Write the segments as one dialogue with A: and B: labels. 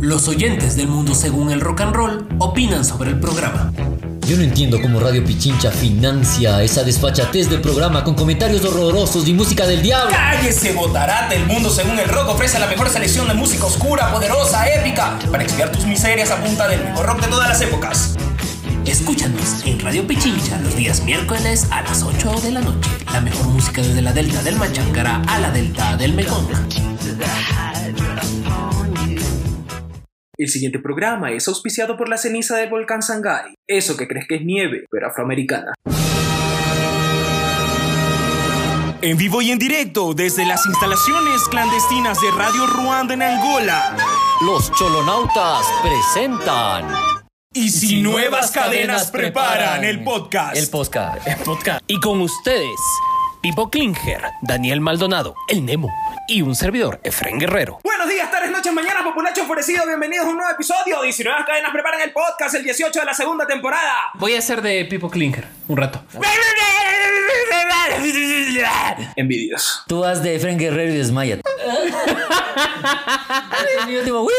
A: Los oyentes del mundo según el rock and roll opinan sobre el programa.
B: Yo no entiendo cómo Radio Pichincha financia esa desfachatez del programa con comentarios horrorosos y música del diablo.
C: ¡Cállese, botarate! El mundo, según el rock, ofrece la mejor selección de música oscura, poderosa, épica, para expiar tus miserias a punta del mejor rock de todas las épocas.
A: Escúchanos en Radio Pichincha los días miércoles a las 8 de la noche. La mejor música desde la delta del Machancara a la delta del Mekong.
C: El siguiente programa es auspiciado por la ceniza del volcán Sangay. Eso que crees que es nieve, pero afroamericana.
D: En vivo y en directo desde las instalaciones clandestinas de Radio Ruanda en Angola.
B: Los cholonautas presentan.
D: Y si, nuevas cadenas preparan el podcast.
B: El podcast.
E: podcast. Y con ustedes, Pipo Klinger, Daniel Maldonado, el Nemo y un servidor, Efren Guerrero.
C: Buenos días, tardes, noches, mañanas, populacho enfurecido. Bienvenidos a un nuevo episodio. 19 cadenas preparan el podcast el 18 de la segunda temporada.
E: Voy a hacer de Pipo Klinger un rato.
C: Envidios.
B: Tú haz de Efren Guerrero y desmayate. Y yo digo, "Uy".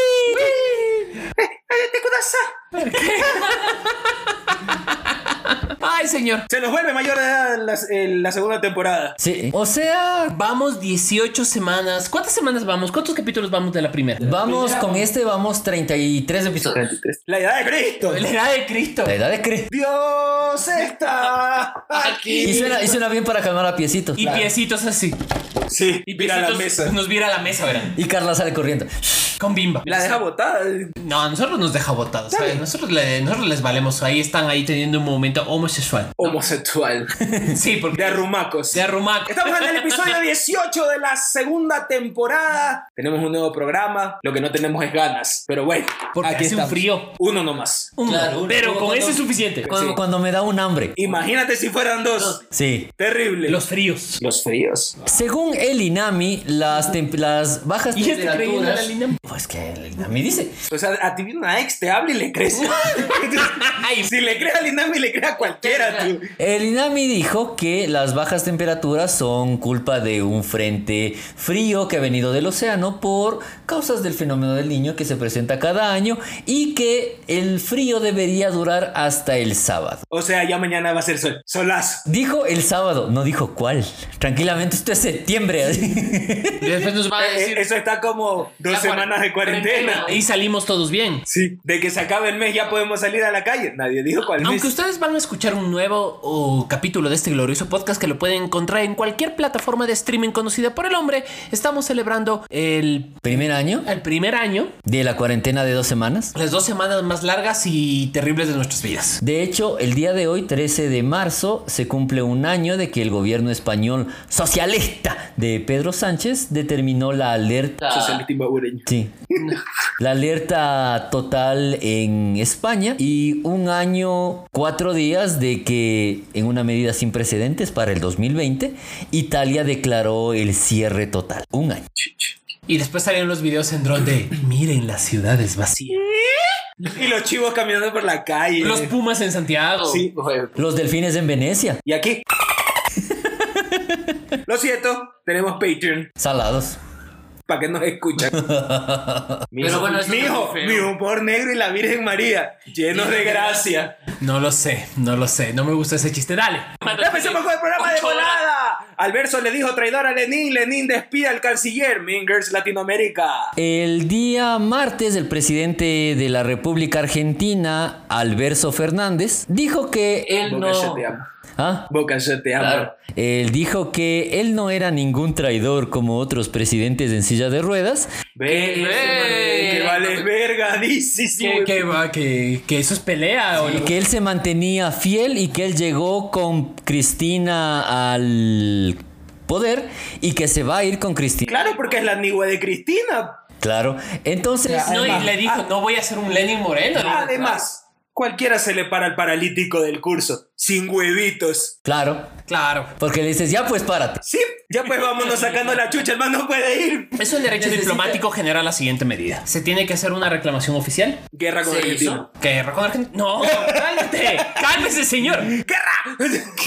A: ¡Ay, señor!
C: Se nos vuelve mayor de edad en la, en la segunda temporada.
B: Sí.
A: O sea, vamos 18 semanas. ¿Cuántas semanas vamos? ¿Cuántos capítulos vamos de la primera?
B: Vamos con este, vamos 33 episodios.
C: La edad de Cristo.
A: La edad de Cristo.
B: La edad de Cre.
C: Dios está
B: Y
C: aquí.
B: suena, y suena bien para calmar a piecitos.
A: Y piecitos así.
C: Sí,
A: Y
C: mira la
A: piecitos
C: mesa.
A: nos viera a la mesa, verán.
B: Y Carla sale corriendo.
A: Con bimba.
C: La deja botada.
A: No, a nosotros nos deja botados. ¿sabes? Nosotros, le- nosotros les valemos. Ahí están ahí teniendo un momento homosexual.
C: Homosexual.
A: Sí, porque
C: De arrumacos.
A: de arrumaco.
C: Estamos en el episodio 18 de la segunda temporada. Tenemos un nuevo programa. Lo que no tenemos es ganas. Pero bueno,
A: Porque hace un
C: estamos.
A: frío.
C: Uno nomás.
A: Uno.
B: Claro, uno.
A: Pero
B: Uno
A: con
B: cuando-
A: eso es suficiente.
B: Cuando, cuando me da un hambre.
C: Imagínate si fueran dos.
B: Sí.
C: Terrible.
A: Los fríos.
C: Los fríos.
B: Según el INAMI, las, tem- las bajas
A: ¿Y este creído en la
B: temperaturas.
A: línea?
B: Pues que el INAMI dice.
C: O sea, a ti viene una ex, te habla y le crees. si le crees al Inami, le crees a cualquiera, tú.
B: El INAMI dijo que las bajas temperaturas son culpa de un frente frío que ha venido del océano por causas del fenómeno del niño que se presenta cada año y que el frío debería durar hasta el sábado.
C: O sea, ya mañana va a ser sol. Solazo.
B: Dijo el sábado, no dijo cuál. Tranquilamente, esto es septiembre.
A: Después nos va a
C: Eh, eh,
A: decir.
C: Eso está como
A: La
C: dos
A: cuaren-
C: semanas de "Ah, cuarentena.
A: Y salimos todos bien.
C: Sí, de que se acabe el mes ya podemos salir a la calle. Nadie dijo cuál mes.
A: Aunque ustedes van a escuchar un nuevo oh, capítulo de este glorioso podcast que lo pueden encontrar en cualquier plataforma de streaming conocida por el hombre, estamos celebrando el,
B: Primer año
A: el primer año,
B: de la cuarentena de dos semanas.
A: las dos semanas más largas y terribles de nuestras vidas.
B: De hecho, el día de hoy, 13 de marzo, se cumple un año de que el gobierno español socialista de Pedro Sánchez determinó la alerta.
C: Socialista imbabureño.
B: Sí. La alerta total en España y un año, cuatro días de que, en una medida sin precedentes para el 2020, Italia declaró el cierre total. Un año.
A: Y después salieron los videos en dron de miren las ciudades vacías.
C: Y los chivos caminando por la calle.
A: Los Pumas en Santiago.
C: Sí, oye.
B: Los delfines en Venecia.
C: Y aquí. Lo siento, tenemos Patreon
B: Salados.
C: para que nos escuchen.
A: Pero bueno, eso está
C: mi hijo,
A: muy feo.
C: mi humor negro y la Virgen María, llenos de gracia.
A: No lo sé, no lo sé, no me gusta ese chiste. Dale.
C: Empecemos con el programa de
A: Ocho horas.
C: volada. Alverso le dijo traidor a Lenin, Lenin despide al canciller Mingers Latinoamérica.
B: El día martes, el presidente de la República Argentina, Alberto Fernández, dijo que él
C: Boca,
B: no.
C: yo te amo.
B: Ah,
C: Boca, yo te amo.
B: claro. Él dijo que él no era ningún traidor como otros presidentes en silla de ruedas.
C: Ve,
A: Que-
C: ve, que vales verga, dices.
A: Que, que, va, que, que eso es pelea. o
B: Y
A: no?
B: que él se mantenía fiel y que él llegó con Cristina al poder y que se va a ir con Cristina.
C: Claro, porque es la antigua de Cristina.
B: Claro. Entonces.
A: No, y
C: Además-
A: le dijo, no voy a ser un Lenin Moreno.
C: Ah, Además, Cualquiera se le para al paralítico del curso, sin huevitos.
B: Claro,
A: Claro.
B: porque le dices, ya pues párate.
C: Sí, ya pues vámonos sacando la chucha, el man no puede ir.
A: Eso el derecho
B: Necesita-
A: diplomático genera la siguiente medida. Se tiene que hacer una reclamación oficial.
C: Guerra con Argentina.
A: Que con Argentina. No, cálmate. Cálmese, señor.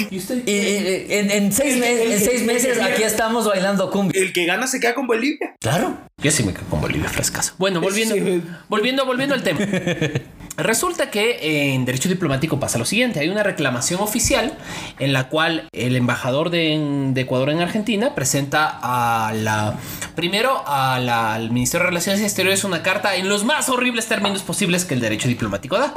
A: ¿Y usted?
B: Y, y- y- en, en seis, me- en seis meses aquí estamos bailando cumbia.
C: El que gana se queda con Bolivia.
B: Claro.
A: Yo sí me quedo con Bolivia frescas. Bueno, volviendo,
C: Sí.
A: volviendo, volviendo al tema. Resulta que en derecho diplomático pasa lo siguiente, hay una reclamación oficial en la cual el embajador de, de Ecuador en Argentina presenta a la primero a la- al Ministerio de Relaciones Exteriores una carta en los más horribles términos posibles que el derecho diplomático da.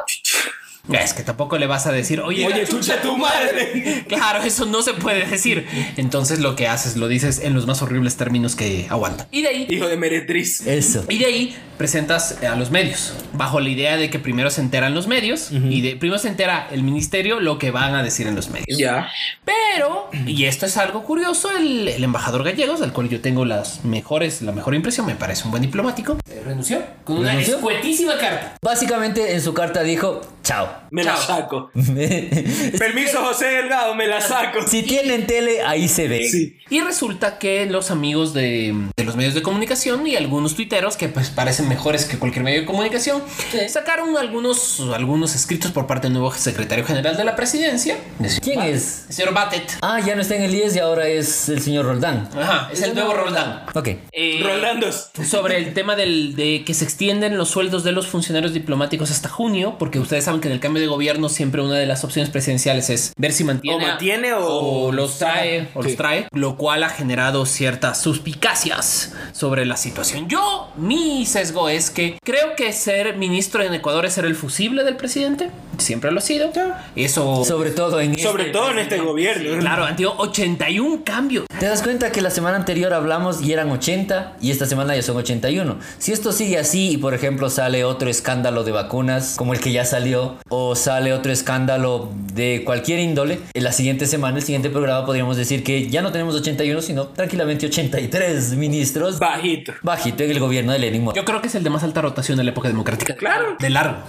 A: Es que tampoco le vas a decir, oye,
C: Oye, chucha tu madre.
A: Claro, eso no se puede decir. Entonces lo que haces, lo dices en los más horribles términos que aguanta. Y de ahí
C: Hijo de meretriz.
B: Eso.
A: y de ahí presentas eh, a los medios, bajo la idea de que primero se enteran los medios y de primero se entera el ministerio lo que van a decir en los medios.
C: Ya.
A: Pero, y esto es algo curioso, el, el embajador gallegos, al cual yo tengo las mejores, la mejor impresión, me parece un buen diplomático, eh, renunció con una
B: ¿Renunció?
A: escuetísima carta.
B: Básicamente en su carta dijo, chao.
C: Me la
A: Chao.
C: saco. Permiso, José Delgado, me la saco.
B: si tienen tele, ahí se ve.
C: Sí.
A: Y resulta que los amigos de, de los medios de comunicación y algunos tuiteros, que pues parecen mejores que cualquier medio de comunicación, sacaron algunos, algunos escritos por parte del nuevo secretario general de la presidencia.
B: ¿Quién
C: Ah.
B: es?
A: El señor Batet.
B: Ah, ya no está en el IES y ahora es el señor Roldán.
A: Ajá, es el nuevo Roldán.
B: Ok.
A: Eh,
C: Rolandos.
A: Sobre el tema del, de que se extienden los sueldos de los funcionarios diplomáticos hasta junio, porque ustedes saben que en el cambio de gobierno siempre una de las opciones presidenciales es ver si mantiene.
C: O mantiene o-
A: los trae, o los
C: Sí.
A: trae, lo cual ha generado ciertas suspicacias sobre la situación. Yo, mi sesgo es que creo que ser ministro en Ecuador es ser el fusible del presidente, siempre lo ha sido. Eso.
B: Sobre todo en...
C: Sobre todo en este gobierno.
A: Claro, han tenido 81 cambios.
B: ¿Te das cuenta que la semana anterior hablamos y eran 80 y esta semana ya son 81? Si esto sigue así y por ejemplo sale otro escándalo de vacunas como el que ya salió o sale otro escándalo de cualquier índole, en la siguiente semana, el siguiente programa podríamos decir que ya no tenemos 81 sino tranquilamente 83 ministros
C: Bajito.
B: bajito en el gobierno de Lenin. Moreno.
A: Yo creo que es el de más alta rotación de la época democrática.
C: Claro.
A: De largo.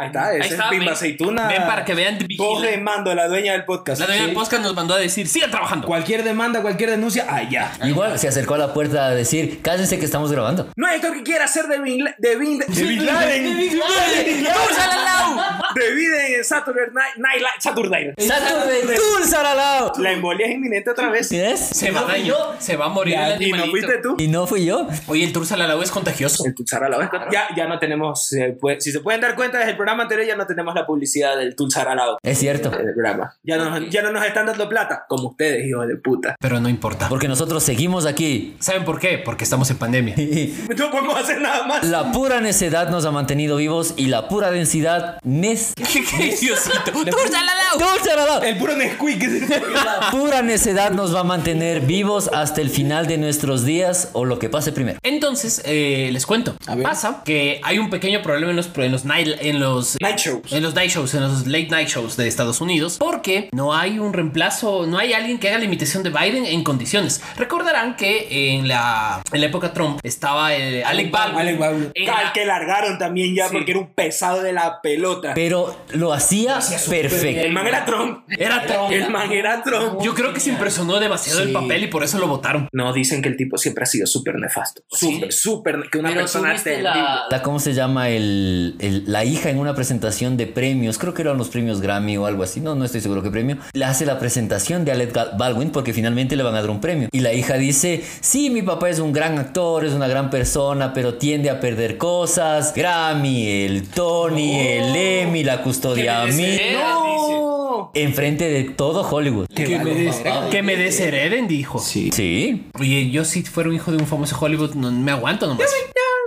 C: Ahí está, ese
A: Ahí está,
C: es Pimba
A: ven.
C: Aceituna.
A: Ven para que vean, vigila.
C: Voz de mando, la dueña del podcast.
A: La dueña del
C: Sí.
A: podcast nos mandó a decir, sigan trabajando.
C: Cualquier demanda, cualquier denuncia, allá.
B: Igual se acercó a la puerta a decir, cállense que estamos grabando.
C: No hay actor que quiera ser de Bin, La- de Bin, de Bin Laden. De Bin Laden. De Bin en Saturday Night, Night Live- Saturday Night.
B: Saturday Tour, Saralao.
C: La embolia es inminente otra vez.
B: ¿Ves?
A: Se va a dañar, se va a morir el
C: Y no
A: animalito.
C: fuiste tú.
B: Y no fui yo.
A: Oye, el Tursa Lalau es contagioso.
C: El Tulsar a la vez. Ya, ya no tenemos. eh, pues, si se pueden dar cuenta, desde el programa anterior ya no tenemos la publicidad del Tulsar al lado.
B: Es cierto.
C: del programa. Ya no, ya no nos están dando plata. Como ustedes, hijos de puta.
A: Pero no importa.
B: Porque nosotros seguimos aquí.
A: ¿Saben por qué? Porque estamos en pandemia.
C: No podemos hacer nada más.
B: La pura necedad nos ha mantenido vivos y la pura densidad nes...
A: ¿Qué, qué Diosito? ¡Tursa Lalau!
B: ¡Dulce Aralao!
C: El puro Nesquik.
B: La pura necedad nos va a mantener vivos hasta el final de nuestros días o lo que pase primero.
A: Entonces, eh, les cuento. Pasa que hay un pequeño problema en los, en los, night, en los
C: Night shows.
A: En los night shows, en los late night shows de Estados Unidos, porque no hay un reemplazo, no hay alguien que haga la imitación de Biden en condiciones. Recordarán que en la, en la época Trump estaba el Alec Baldwin.
C: Alec Baldwin.
A: En
C: Al
A: la-
C: que largaron también ya porque era un pesado de la pelota.
B: Pero lo hacía perfecto.
C: El man era Trump.
A: Era Trump.
C: El man era Trump.
A: Yo creo que se impresionó demasiado el papel y por eso lo votaron.
C: No, dicen que el tipo siempre ha sido súper nefasto. Súper, súper. Que una persona terrible.
B: La, ¿Cómo se llama el, el- la hija en una presentación de premios? Creo que eran los premios Grammy o algo así. No, no estoy seguro qué premio. Le hace la presentación de Alec Gal- Baldwin porque finalmente le van a dar un premio. Y la hija dice, sí, mi papá es un gran actor, es una gran persona, pero tiende a perder cosas. Grammy, el Tony, el Emmy, la custodia a mí.
C: No.
B: Enfrente de todo Hollywood.
A: Que me deshereden, dijo.
B: Sí.
A: Oye, yo si fuera un hijo de un famoso Hollywood, no me aguanto nomás.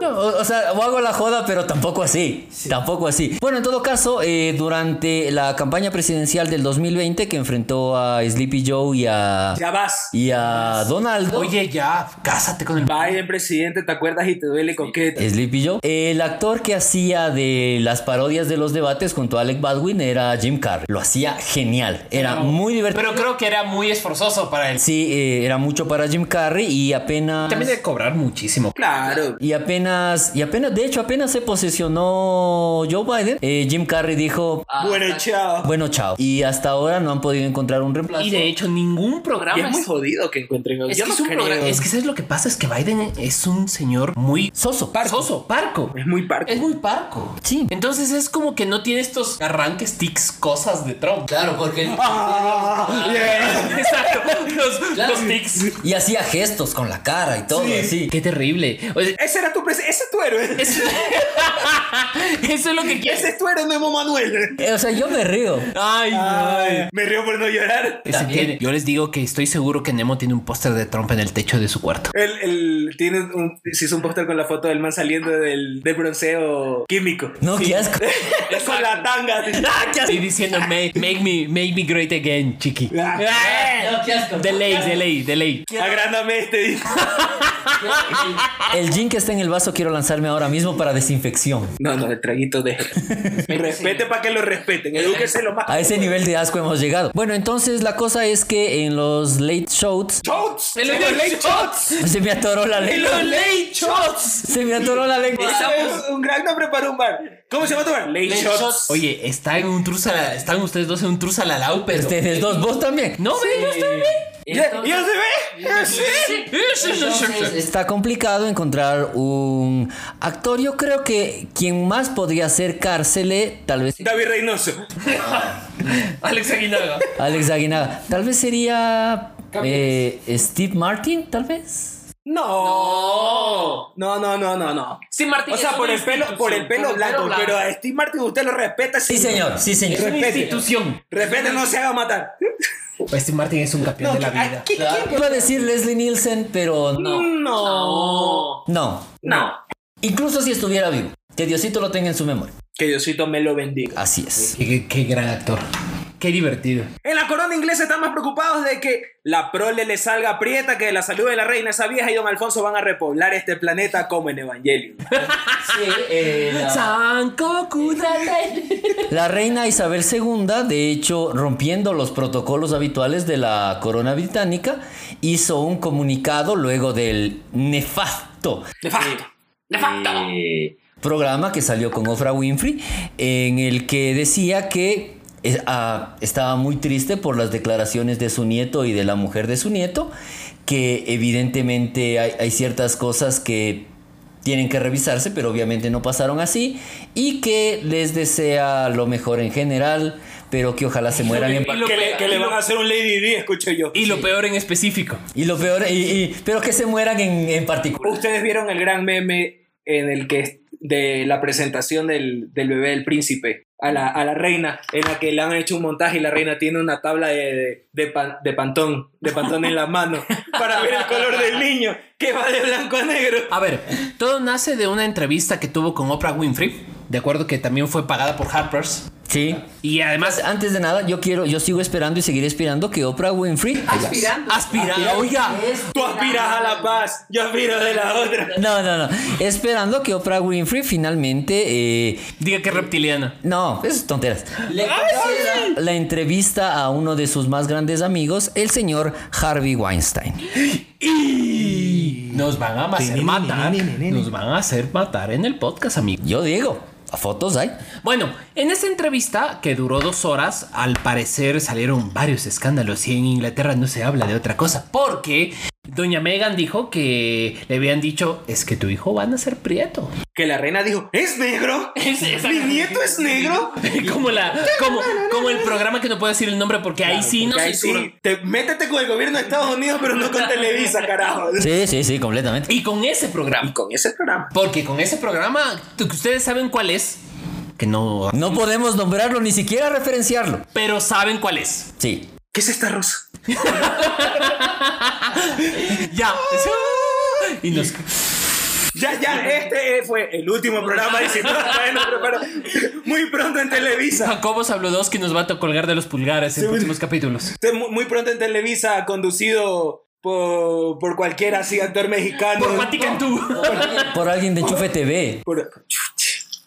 B: O, o sea, o hago la joda, pero tampoco así. Tampoco así. Bueno, en todo caso, eh, durante la campaña presidencial del 2020 que enfrentó a Sleepy Joe y a,
C: Ya vas.
B: y a Donald.
A: Oye, ya, cásate con el
C: Biden presidente, ¿te acuerdas? Y te duele coqueta.
B: Sleepy Joe. El actor que hacía de las parodias de los debates junto a Alec Baldwin era Jim Carrey. Lo hacía genial. Era muy divertido.
A: Pero creo que era muy esforzoso para él.
B: Sí, eh, era mucho para Jim Carrey y apenas...
A: También debe cobrar muchísimo.
C: Claro.
B: Y apenas apenas, y apenas, de hecho, apenas se posesionó Joe Biden, eh, Jim Carrey dijo,
A: Ah,
C: Bueno, chao.
B: bueno, chao. Y hasta ahora no han podido encontrar un reemplazo.
A: Y de hecho, ningún programa.
C: Y es muy
A: es-
C: jodido que encuentren.
A: es
C: yo
A: que
C: no
A: es un
C: creo.
A: programa- es que ¿sabes lo que pasa? Es que Biden es un señor muy soso, parco. soso, parco.
C: Es muy parco.
A: Es muy parco.
B: Sí.
A: Entonces es como que no tiene estos arranques, tics, cosas de Trump.
B: Claro, porque...
A: Exacto. Los,
B: Claro.
A: los tics.
B: Y hacía gestos con la cara y todo, así.
A: Qué terrible. O sea,
C: Ese era tu pres- ese es tu héroe.
A: es- eso es lo que
C: Ese
A: quieres.
C: es tu héroe, Memo Manuel.
B: Eh, O sea, yo me río.
A: Ay,
C: Ay, me río por no llorar.
A: Ese
B: También.
A: tiene- yo les digo que estoy seguro que Nemo tiene un póster de Trump en el techo de su cuarto.
C: Él, él tiene un, se hizo un póster con la foto del man saliendo del, del bronceo químico.
B: No, qué asco.
C: Con la tanga.
A: Estoy diciendo make, make me make me great again, chiqui.
C: Ah.
A: Ah.
B: No, qué asco.
A: De ley, de ley, de ley.
C: Agrándame este. dice.
B: El gin que está en el vaso quiero lanzarme ahora mismo para desinfección.
C: No, no, el traguito de. Respete para que lo respeten. Edúquese lo más.
B: A ese nivel de asco hemos llegado. Bueno, entonces la cosa es que en los late shows
C: ¡Shots!
A: En los
C: ¡Se me
A: late
C: olvidó!
B: se me atoró la
C: ¡En los
B: lengua.
C: late shots!
B: Se me atoró la lengua.
C: Estamos un gran nombre para un bar. ¿Cómo se llama tu bar? Late, shots.
A: Oye, está en un truz a la- están ustedes dos en un truz a la lau, pero
C: Este-
B: Ustedes dos, vos también.
A: no ve, yo estoy bien.
C: ¿Y- ¿Y ya se ve? Sí.
A: Sí, sí, sí, sí, sí.
B: Está complicado encontrar un actor. Yo creo que quien más podría acercársele, tal vez
C: David Reynoso.
A: Alex Aguinaga.
B: Alex Aguinaga, tal vez sería eh, Steve Martin, tal vez.
C: No. No, no, no, no, no.
A: Sí, Martín.
C: O sea, por el pelo, por el pelo blanco, pero a Steve Martin usted lo respeta.
B: Sí, señor, sí, señor.
C: Respete.
A: institución.
C: Respete, no se haga matar.
A: Este Martín es un campeón
C: No,
A: de la
C: ¿a
A: vida.
C: qué- quién-
B: Iba a decir Leslie Nielsen, pero no.
C: No.
B: No.
C: No.
B: Incluso si estuviera vivo. Que Diosito lo tenga en su memoria.
C: Que Diosito me lo bendiga.
B: Así es.
A: Qué, qué- qué gran actor. Qué divertido.
C: En la corona inglesa están más preocupados de que la prole le salga prieta que de la salud de la reina. Esa vieja y don Alfonso van a repoblar este planeta como en Evangelion.
B: Sí, eh, la, la reina Isabel II, de hecho, rompiendo los protocolos habituales de la corona británica, hizo un comunicado luego del nefasto
C: De facto.
B: eh, programa que salió con Ofra Winfrey, en el que decía que eh, ah, estaba muy triste por las declaraciones de su nieto y de la mujer de su nieto, que evidentemente hay, hay ciertas cosas que tienen que revisarse, pero obviamente no pasaron así, y que les desea lo mejor en general, pero que ojalá se mueran en paz.
C: Que le, que le van a hacer un Lady D, escucho yo.
A: Y lo peor en específico.
B: Y lo peor, y- y- pero que se mueran en, en particular.
C: Ustedes vieron el gran meme en el que de la presentación del, del bebé del príncipe a la, a la reina, en la que le han hecho un montaje y la reina tiene una tabla de, de, de pan- de pantón, de pantón en la mano, para ver el color del niño, que va de blanco a negro.
A: A ver, todo nace de una entrevista que tuvo con Oprah Winfrey, de acuerdo que también fue pagada por Harper's.
B: Sí.
A: Y además,
B: Antes de nada, yo quiero, yo sigo esperando y seguiré esperando que Oprah Winfrey
A: aspira, oiga,
C: Tú aspiras a la paz, yo aspiro de la otra.
B: No, no, no. Esperando que Oprah Winfrey finalmente. eh,
A: diga que es reptiliana.
B: no, eso es tonteras. Le conceda la entrevista a uno de sus más grandes amigos, el señor Harvey Weinstein.
A: Nos van a hacer matar. Nos van a hacer matar en el podcast, amigo.
B: Yo digo, a fotos hay.
A: Bueno, en esa entrevista que duró dos horas, al parecer salieron varios escándalos y en Inglaterra no se habla de otra cosa, porque doña Megan dijo que le habían dicho, es que tu hijo van a ser prieto.
C: Que la reina dijo, ¿es negro? ¿Mi nieto es negro?
A: como la como, como el programa que no puedo decir el nombre porque ahí sí no
C: Que ahí
A: censura.
C: sí, te- métete con el gobierno de Estados Unidos, pero no con Televisa, carajo.
B: Sí, sí, sí, completamente.
A: Y con ese
C: Y
A: programa.
C: con ese programa.
A: Porque con ese programa, tú- que ustedes saben cuál es. Que no.
B: No podemos nombrarlo ni siquiera referenciarlo.
A: Pero saben cuál es.
B: Sí.
C: ¿Qué es esta rosa?
A: Ya. Y nos.
C: Ya, ya, este eh, fue el último programa de Si Todo Está Bien, nos preparo. Muy pronto en Televisa.
A: Jacobo Sabludowski que nos va a colgar de los pulgares en
C: Sí,
A: próximos capítulos.
C: Este, Muy, muy pronto en Televisa, conducido por, por cualquiera así, actor mexicano.
A: Por Vatican tú.
B: Por alguien de Enchufe TV.
C: Por-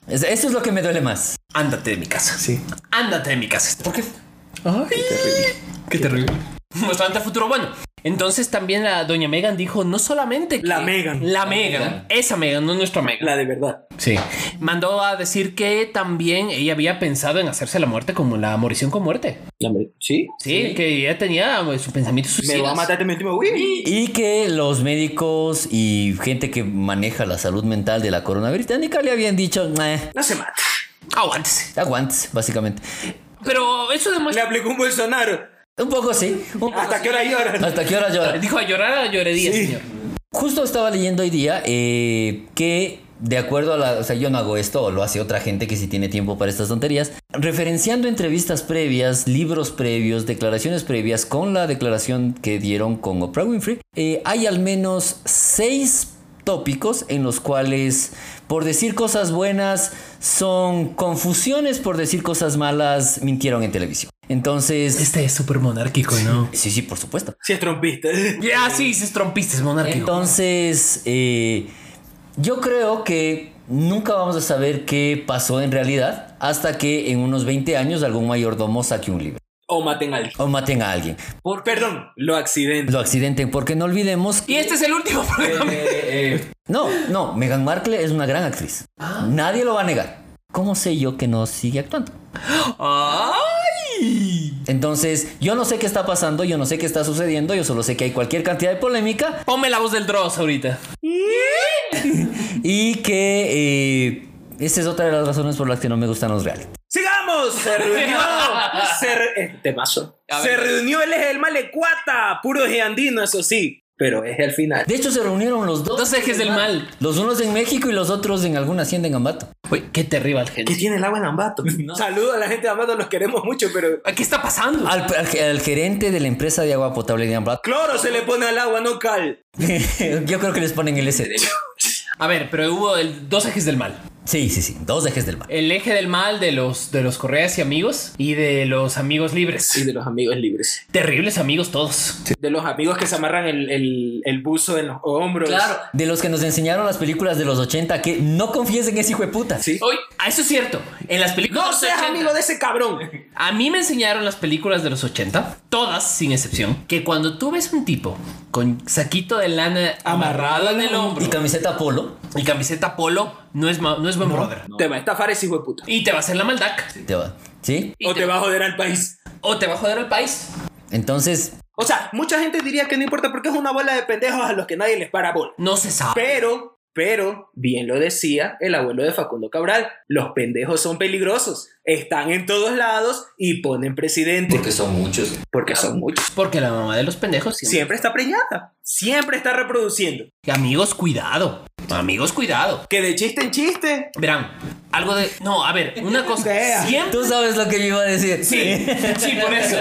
B: Es- Eso es lo que me duele más.
A: Ándate de mi casa.
C: Sí.
A: Ándate de mi casa. ¿Por qué? Ay, qué terrible. Qué terrible. Mostrante futuro. Bueno, Entonces también la doña Megan dijo, no solamente... que-
C: La Megan.
A: La Megan. Esa Megan, no nuestra Megan.
C: La de verdad.
A: Sí. Mandó a decir que también ella había pensado en hacerse la muerte como la morición con muerte.
C: ¿Sí?
A: Sí, que ella tenía pues, su pensamiento
C: Me va a
A: suicida.
C: matar este mentimo. Uy.
B: Y que los médicos y gente que maneja la salud mental de la corona británica le habían dicho, "Meh,
C: No se mata.
A: Aguántese.
B: aguantes, básicamente.
A: Pero eso
C: Le
A: demuestra...
C: aplicó un Bolsonaro.
B: Un poco sí. un poco
C: ¿Hasta
B: sí.
C: qué hora llora?
B: ¿Hasta qué hora llora?
A: Dijo a llorar a la llorería,
C: Sí.
A: señor.
B: Justo estaba leyendo hoy día eh, que, de acuerdo a la. O sea, yo no hago esto, o lo hace otra gente que sí tiene tiempo para estas tonterías. Referenciando entrevistas previas, libros previos, declaraciones previas con la declaración que dieron con Oprah Winfrey, eh, hay al menos seis tópicos en los cuales, por decir cosas buenas, son confusiones, por decir cosas malas, mintieron en televisión. Entonces.
A: Este es súper monárquico, ¿no?
B: Sí, sí, por supuesto.
C: Si es trompista.
A: Ya, sí, se trompiste, es monárquico.
B: Entonces, eh, yo creo que nunca vamos a saber qué pasó en realidad hasta que en unos 20 años algún mayordomo saque un libro
C: O maten a alguien.
B: o maten a alguien,
C: Perdón, lo accidente.
B: lo accidenten, porque no olvidemos
A: y
B: que...
A: este es el último programa. eh,
B: No, no, Meghan Markle es una gran actriz.
A: Ah.
B: Nadie lo va a negar. ¿Cómo sé yo que no sigue actuando?
A: ¡Ay!
B: Entonces, yo no sé qué está pasando, yo no sé qué está sucediendo, yo solo sé que hay cualquier cantidad de polémica
A: Ponme la voz del Dross ahorita.
B: y que... eh, esa es otra de las razones por las que no me gustan los reality.
C: ¡Sigamos! Se reunió. Se re- eh, temazo.
A: A
C: Se
A: ver.
C: reunió el eje del malecuata. Puro geandino, eso sí. Pero es el final.
B: De hecho, se reunieron los dos.
A: Dos ejes del mal.
B: Los unos en México y los otros en alguna hacienda en Ambato.
A: Uy, qué terrible,
C: ¿Qué
A: gente.
C: tiene el agua en Ambato? Saludos a la gente de Ambato, los queremos mucho, pero.
A: ¿Qué está pasando?
B: Al, al- al gerente de la empresa de agua potable de Ambato.
C: Cloro se le pone al agua, no cal.
B: Yo creo que les ponen el SD.
A: A ver, pero hubo el- dos ejes del mal.
B: Sí, sí, sí. Dos ejes del mar.
A: El eje del mal de los, de los correas y amigos y de los amigos libres.
C: Y de los amigos libres.
A: Terribles amigos todos.
C: De los amigos que se amarran el, el- el buzo en los hombros.
B: De los que nos enseñaron las películas de los 80 que no confíes en ese hijo de puta.
C: Sí.
A: Hoy, ah, eso es cierto. En las películas.
C: No seas
A: 80,
C: amigo de ese cabrón.
A: A mí me enseñaron las películas de los 80, todas sin excepción, que cuando tú ves un tipo con saquito de lana amarrado en el hombro
B: Y camiseta polo.
A: y camiseta polo, no es, ma- no es buen brother.
C: Te va a estafar ese hijo de puta.
A: Y te va a hacer la maldad.
B: Te va. ¿Sí?
A: Y
C: O te va a joder al país.
A: o te va a joder al país.
B: Entonces,
C: O sea, mucha gente diría que no importa porque es una bola de pendejos a los que nadie les para bola.
A: No se sabe.
C: Pero, pero, bien lo decía el abuelo de Facundo Cabral, los pendejos son peligrosos. Están en todos lados y ponen presidente. Porque son muchos. Porque son muchos.
A: Porque la mamá de los pendejos siempre.
C: Siempre está preñada. Siempre está reproduciendo.
A: Amigos, cuidado. Amigos, cuidado.
C: Que de chiste en chiste.
A: Verán, algo de. No, a ver, una cosa.
C: Vea.
A: Siempre.
B: tú sabes lo que yo iba a decir.
A: Sí, sí, por eso.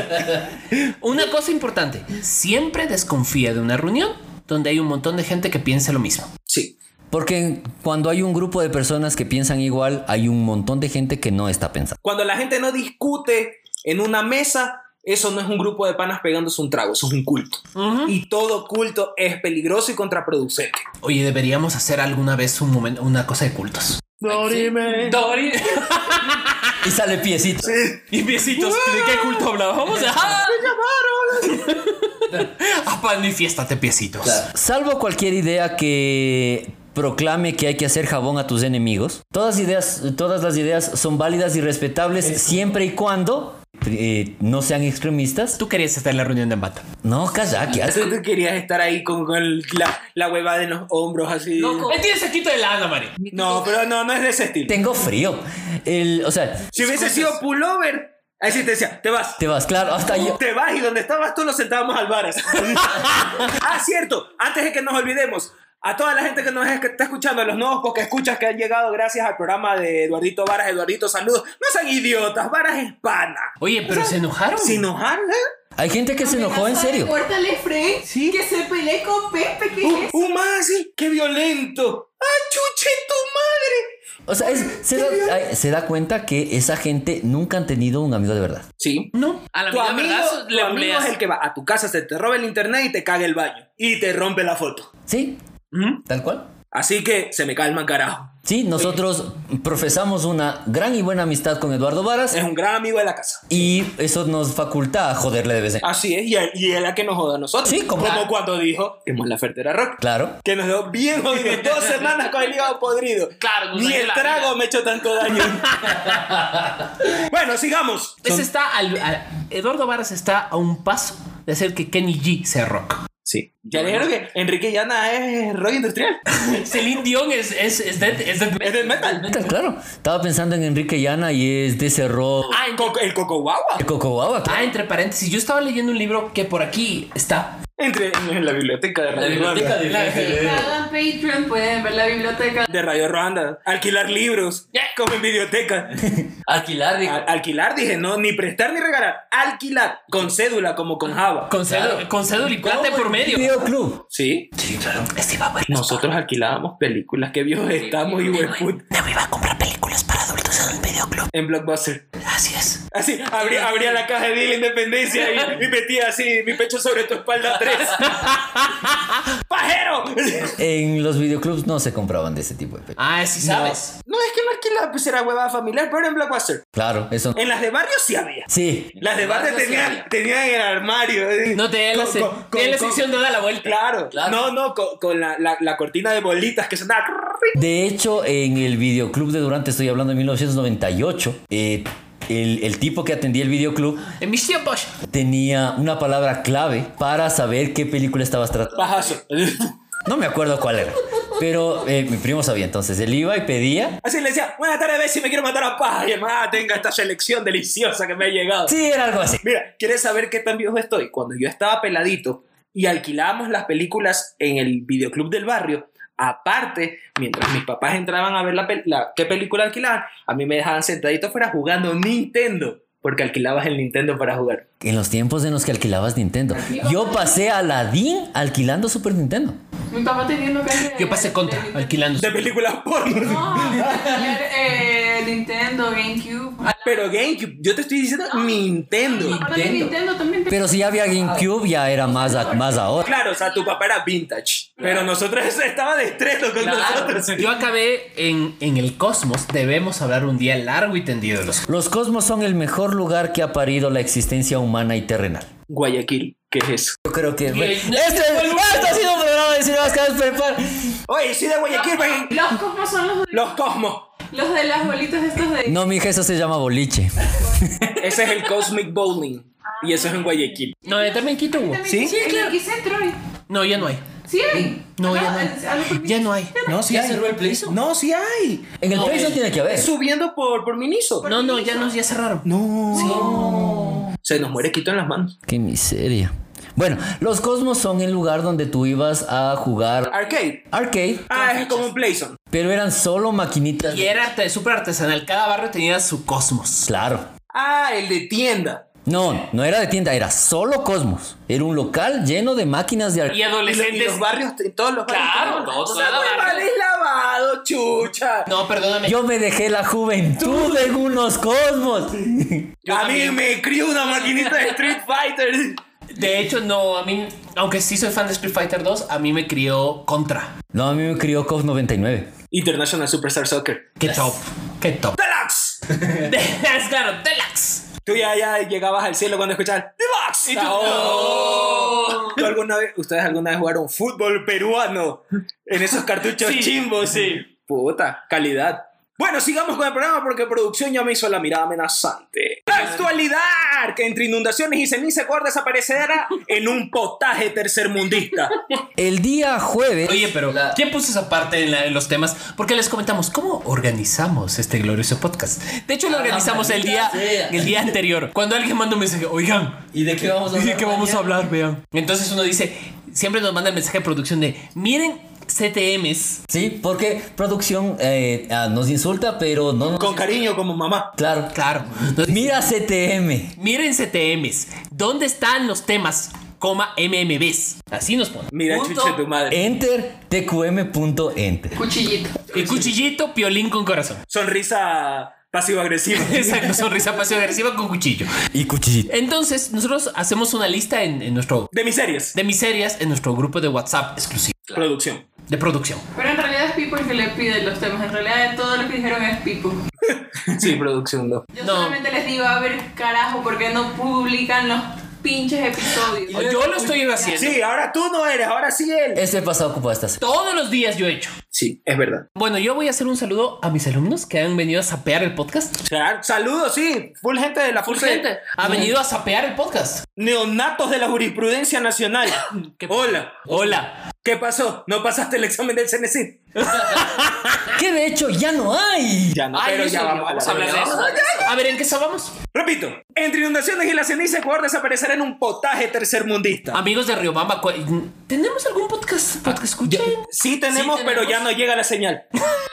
A: Una cosa importante. Siempre desconfía de una reunión donde hay un montón de gente que piensa lo mismo.
C: Sí.
B: Porque cuando hay un grupo de personas que piensan igual, hay un montón de gente que no está pensando.
C: Cuando la gente no discute en una mesa, eso no es un grupo de panas pegándose un trago, eso es un culto. Y todo culto es peligroso y contraproducente.
A: Oye, deberíamos hacer alguna vez un momento, una cosa de cultos.
C: Dorime.
A: Dori.
B: Y sale piecito.
A: Y piecitos, ¿de qué culto hablábamos? ¡Ah! A pan y fiéstate, piecitos.
B: Salvo cualquier idea que proclame que hay que hacer jabón a tus enemigos, todas, ideas, todas las ideas son válidas y respetables siempre y cuando eh, no sean extremistas.
A: Tú querías estar en la reunión de embate.
B: No, calla, que asco.
C: Tú, tú querías estar ahí con, con el- la, la huevada en los hombros así.
A: Me tienes saquito de lana, Mari.
C: No, pero no, no es de ese estilo.
B: Tengo frío. El, o sea,
C: Si hubiese sido pullover, ahí sí te decía, te vas.
B: te vas, claro, hasta yo.
C: Te vas y donde estabas tú nos sentábamos al bar. así. ah, cierto. Antes de que nos olvidemos, a toda la gente que nos es- que está escuchando, a los nuevos porque escuchas que han llegado gracias al programa de Eduardito Varas, Eduardito, saludos. No sean idiotas, Varas es pana.
A: Oye, pero se enojaron.
C: Sin enojar, ¿eh?
B: Hay gente que se enojó en
F: Amenaza de
B: serio.
F: Córtale, Fred. Que se pelee con Pepe. ¿Qué
C: Uh,
F: es?
C: uh, más, sí, qué violento. ¡Ah, chuche tu
B: O
C: madre!
B: sea, es- se, da, ay, se da cuenta que esa gente nunca han tenido un amigo de verdad.
C: Sí.
A: No, a la
C: Tu
A: amiga
C: amigo,
A: verdad,
C: tu
A: le
C: amigo
A: empleas.
C: es el que va a tu casa, se te roba el internet y te caga el baño. Y te rompe la foto.
B: ¿Sí? Tal cual.
C: Así que se me calman, carajo.
B: Sí, nosotros profesamos una gran y buena amistad con Eduardo Varas
C: Es un gran amigo de la casa.
B: y eso nos faculta a joderle de vez en cuando.
C: Así es, y él, y él a que nos joda a nosotros.
B: Sí, como-
C: como, cuando dijo que la Fertera Rock.
B: Claro.
C: Que nos dio bien jodido, dos semanas con el hígado podrido.
A: Claro, nos
C: Ni
A: dañó
C: el
A: la
C: trago
A: vida.
C: me echó tanto daño. bueno, sigamos.
A: Ese está al- al- Eduardo Varas está a un paso de hacer que Kenny G sea rock.
C: Sí. Ya le dijeron que Enrique Llana es rock industrial.
A: Celine Dion es, es, es death- es death
C: es del metal.
B: Metal, Claro. Estaba pensando en Enrique Llana y es de ese rock
A: Ah, entre,
C: Coco- el Coco Guagua.
B: de Coco Guava, claro.
A: ah, entre paréntesis, yo estaba leyendo un libro que por aquí está.
C: Entre en la biblioteca de Radio Ruanda.
F: Si pagan Patreon pueden ver la biblioteca.
C: De Radio Ruanda. Alquilar libros. Como en biblioteca.
B: Alquilar, dijo.
C: Al- alquilar, dije, no, ni prestar ni regalar. Alquilar. Con cédula, como con Java.
A: Con, cedo- con cédula y plata por medio.
B: Videoclub.
C: Sí. Sí, claro. Nosotros alquilábamos películas. Qué viejos estamos, y de puta.
A: Me iba a comprar películas para adultos en un videoclub.
C: En Blockbuster.
A: Así es.
C: Así, abría, abría la caja de la Independencia y, y metía así mi pecho sobre tu espalda tres. ¡Pajero!
B: En los videoclubs no se compraban de ese tipo de películas.
A: Ah, sí sabes.
C: No, es que no alquilaba, pues era huevada familiar, pero en Blockbuster.
B: Claro, eso.
C: En las de barrio sí había.
B: Sí.
C: Las de barrio tenían, tenían en el armario.
A: No, te da la,
C: Con-
A: se-
C: con-
A: te da la
C: con-
A: sección de da la vuelta.
C: Claro. No, no, con, con la, la- la cortina de bolitas que sonaba.
B: De hecho, en el videoclub de Durante, estoy hablando de 1998, eh, el, el tipo que atendía el videoclub
A: En mis tiempos.
B: tenía una palabra clave para saber qué película estabas tratando.
C: Pajazo.
B: No me acuerdo cuál era, pero eh, mi primo sabía. Entonces él iba y pedía.
C: Así le decía, buenas tardes, Bessie, me quiero matar a paja. Y hermana, tenga esta selección deliciosa que me ha llegado.
B: Sí, era algo así.
C: Mira, ¿quieres saber qué tan viejo estoy? Cuando yo estaba peladito y alquilábamos las películas en el videoclub del barrio, aparte, mientras mis papás entraban a ver la, pel- la- qué película alquilaban, a mí me dejaban sentadito fuera jugando Nintendo, porque alquilabas el Nintendo para jugar.
B: En los tiempos en los que alquilabas Nintendo. Yo pasé a Aladdin alquilando Super Nintendo.
F: Mi papá teniendo que.
A: Yo pasé contra, alquilando.
C: De películas porno.
F: No, eh, Nintendo, GameCube. Ah,
C: Pero GameCube, yo te estoy diciendo Nintendo.
F: aparte de Nintendo también.
B: Pero si ya había GameCube, ya era más, a- más ahora.
C: Claro, o sea, tu papá era vintage. Pero nosotros eso estaba de estreno con nosotros.
A: Yo acabé en, en el cosmos. Debemos hablar un día largo y tendido de los.
B: Los cosmos son el mejor lugar que ha parido la existencia humana y terrenal.
C: Guayaquil, ¿qué es eso?
B: Yo creo que.
A: Y-
B: Este, este ha sido un programa de Cinemas Cabas Prepar.
C: Oye, sí de Guayaquil, ven.
F: Los cosmos son los,
C: Los Cosmos.
F: los de las bolitas estos de.
B: No, mija, eso se llama boliche.
C: Ese es el Cosmic Bowling. Y eso es en Guayaquil.
A: No, eh, también Quito hubo.
F: ¿Sí? Sí, claro. ¿Y centro?
A: No, ya no hay.
F: Sí hay.
A: No,
F: Acá,
A: ya no
F: en- Ah, a lo
A: hay.
F: por-
A: Ya no hay.
G: No, si hay.
A: cerró el Playzone?
G: No, si hay.
B: En el país no tiene que
A: Ah.
B: haber.
C: Subiendo por, por Miniso.
A: No, no, ya no, ya cerraron.
G: No.
C: Se nos muere Quito en las manos.
B: Qué miseria. Bueno, los cosmos son el lugar donde tú ibas a jugar
C: Arcade.
B: arcade,
C: Ah, es como un Playzone.
B: pero eran solo maquinitas.
A: Y era arte- súper artesanal. Cada barrio tenía su cosmos.
B: Claro.
C: Ah, el de tienda.
B: No, no era de tienda, era solo cosmos. Era un local lleno de máquinas de
A: Y
B: arcade.
C: Y, lo- y
A: adolescentes.
C: los barrios, te- todos los barrios.
A: Claro,
C: tenían-
A: todos,
C: O sea,
A: cada
C: muy
A: barrio.
C: mal es lavado, chucha.
A: No, perdóname.
B: Yo me dejé la juventud en unos cosmos.
C: A mí me crió una maquinita de Street Fighter.
A: De hecho, no, a mí, aunque sí soy fan de Street Fighter 2, a mí me crió Contra.
B: No, a mí me crió COF 99.
C: International Superstar Soccer.
A: Qué top, qué top.
C: ¡Deluxe!
A: es claro, Deluxe.
C: Tú ya, ya llegabas al cielo cuando escuchabas ¡Deluxe! ¡Oh! ¿Tú alguna vez, ¿Ustedes alguna vez jugaron fútbol peruano en esos cartuchos chimbos? Sí. Puta, calidad. Bueno, sigamos con el programa porque producción ya me hizo la mirada amenazante. Actualidad, que entre inundaciones y ceniza cuerda desaparecerá en un potaje tercermundista.
B: El día jueves.
A: Oye, pero ¿quién puso esa parte en, la- en los temas? Porque les comentamos cómo organizamos este glorioso podcast. De hecho, lo organizamos el día,
B: Ah, sea.
A: el día anterior. Cuando alguien manda un mensaje, oigan,
B: ¿Y de qué vamos
A: ¿y
B: a
A: de
B: hablar
A: qué vamos a
B: mañana?
A: hablar? Vean. Entonces uno dice, siempre nos manda el mensaje de producción de, miren CTMs.
B: Sí, porque producción eh, ah, nos insulta, pero no nos...
C: Con cariño como mamá.
B: Claro.
A: Claro. Nos dice,
B: Mira CTM.
A: miren CTMs. ¿Dónde están los temas? Coma MMBs. Así nos ponen.
C: Mira,
A: Punto.
C: chuche tu madre.
B: Enter tqm.enter.
F: Cuchillito.
A: El cuchillito, piolín con corazón.
C: Sonrisa pasivo-agresiva.
A: Exacto, sonrisa pasiva agresiva con cuchillo.
B: Y cuchillito.
A: Entonces, nosotros hacemos una lista en, en nuestro
C: De mis series.
A: de miserias en nuestro grupo de WhatsApp exclusivo
C: Producción.
A: de producción.
F: Pero en realidad realidad es Pipo el que le pide los temas. En realidad todo lo que dijeron es Pipo.
C: Sí, producción, no.
F: Yo
A: No.
F: solamente les digo, a ver, carajo, ¿por qué no publican los pinches episodios?
A: Yo lo estoy haciendo.
C: Sí, ahora tú no eres, ahora sí él.
B: Este pasado ocupa estas.
A: Todos los días yo he hecho.
C: Eh, Sí, es verdad.
A: Bueno, yo voy a hacer un saludo a mis alumnos que han venido a sapear el podcast.
C: Claro, saludos, sí. Full gente de la
A: Full
C: full de-
A: gente ha venido a sapear el podcast.
C: Neonatos de la jurisprudencia nacional. Hola.
A: Hola.
C: ¿Qué pasó? ¿No pasaste el examen del CNC?
B: Que de hecho ya no hay.
C: Ya no,
A: Ay,
C: pero
A: eso,
C: ya vamos,
A: a hablar de eso. A ver, ¿en qué estábamos?
C: Repito, entre inundaciones y la ceniza, Ecuador desaparecerá en un potaje tercermundista.
A: Amigos de Riobamba, cu- ¿tenemos algún podcast, podcast escucha?
C: Ah, Sí tenemos,
A: Sí tenemos.
C: pero ya no llega la señal.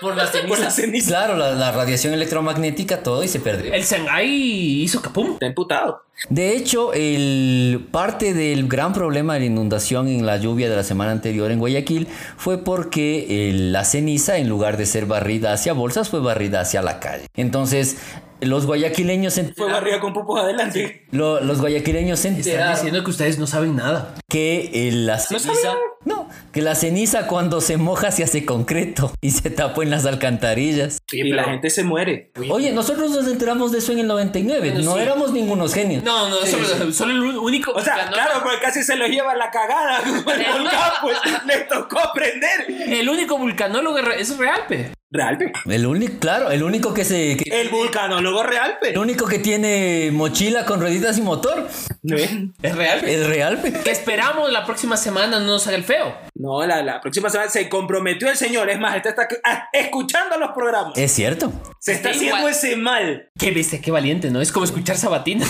A: Por las
C: Por la
A: cenizas.
C: ceniza.
B: Claro, la, la radiación electromagnética, todo y se perdió.
A: El Shanghai hizo capum.
C: Está emputado.
B: De hecho, el parte del gran problema de la inundación en la lluvia de la semana anterior en Guayaquil fue porque el- la ceniza, en lugar de ser barrida hacia bolsas, fue barrida hacia la calle. Entonces, los guayaquileños se
C: Fue
B: enteraron-
C: barriga con pupos adelante.
B: lo- los guayaquileños se
A: Están
B: enteraron
A: diciendo que ustedes no saben nada.
B: que eh, la ceniza no, que la ceniza cuando se moja se hace concreto y se tapó en las alcantarillas.
C: y la gente se muere.
B: Oye, nosotros nos enteramos de eso en el 99, no
A: sí.
B: éramos ningunos genios.
A: No, no, solo, solo el único.
C: O sea,
A: ganó-
C: claro, porque casi se los lleva la cagada. como El volcán, pues les tocó prender.
A: El único vulcanólogo re- es Realpe.
C: Realpe.
B: El único, claro, el único que se que-
C: El vulcanólogo Realpe.
B: el único que tiene mochila con rueditas y motor,
C: ¿Eh?
A: Es Realpe.
B: el real. pe.
A: Que esperamos la próxima semana no nos haga el feo.
C: No, la, la próxima semana se comprometió el señor. Es más, él está ah, escuchando los programas.
B: Es cierto.
C: Se está
A: Igual.
C: haciendo ese mal,
A: Qué bestia, qué valiente, ¿no? Es como escuchar Sabatina.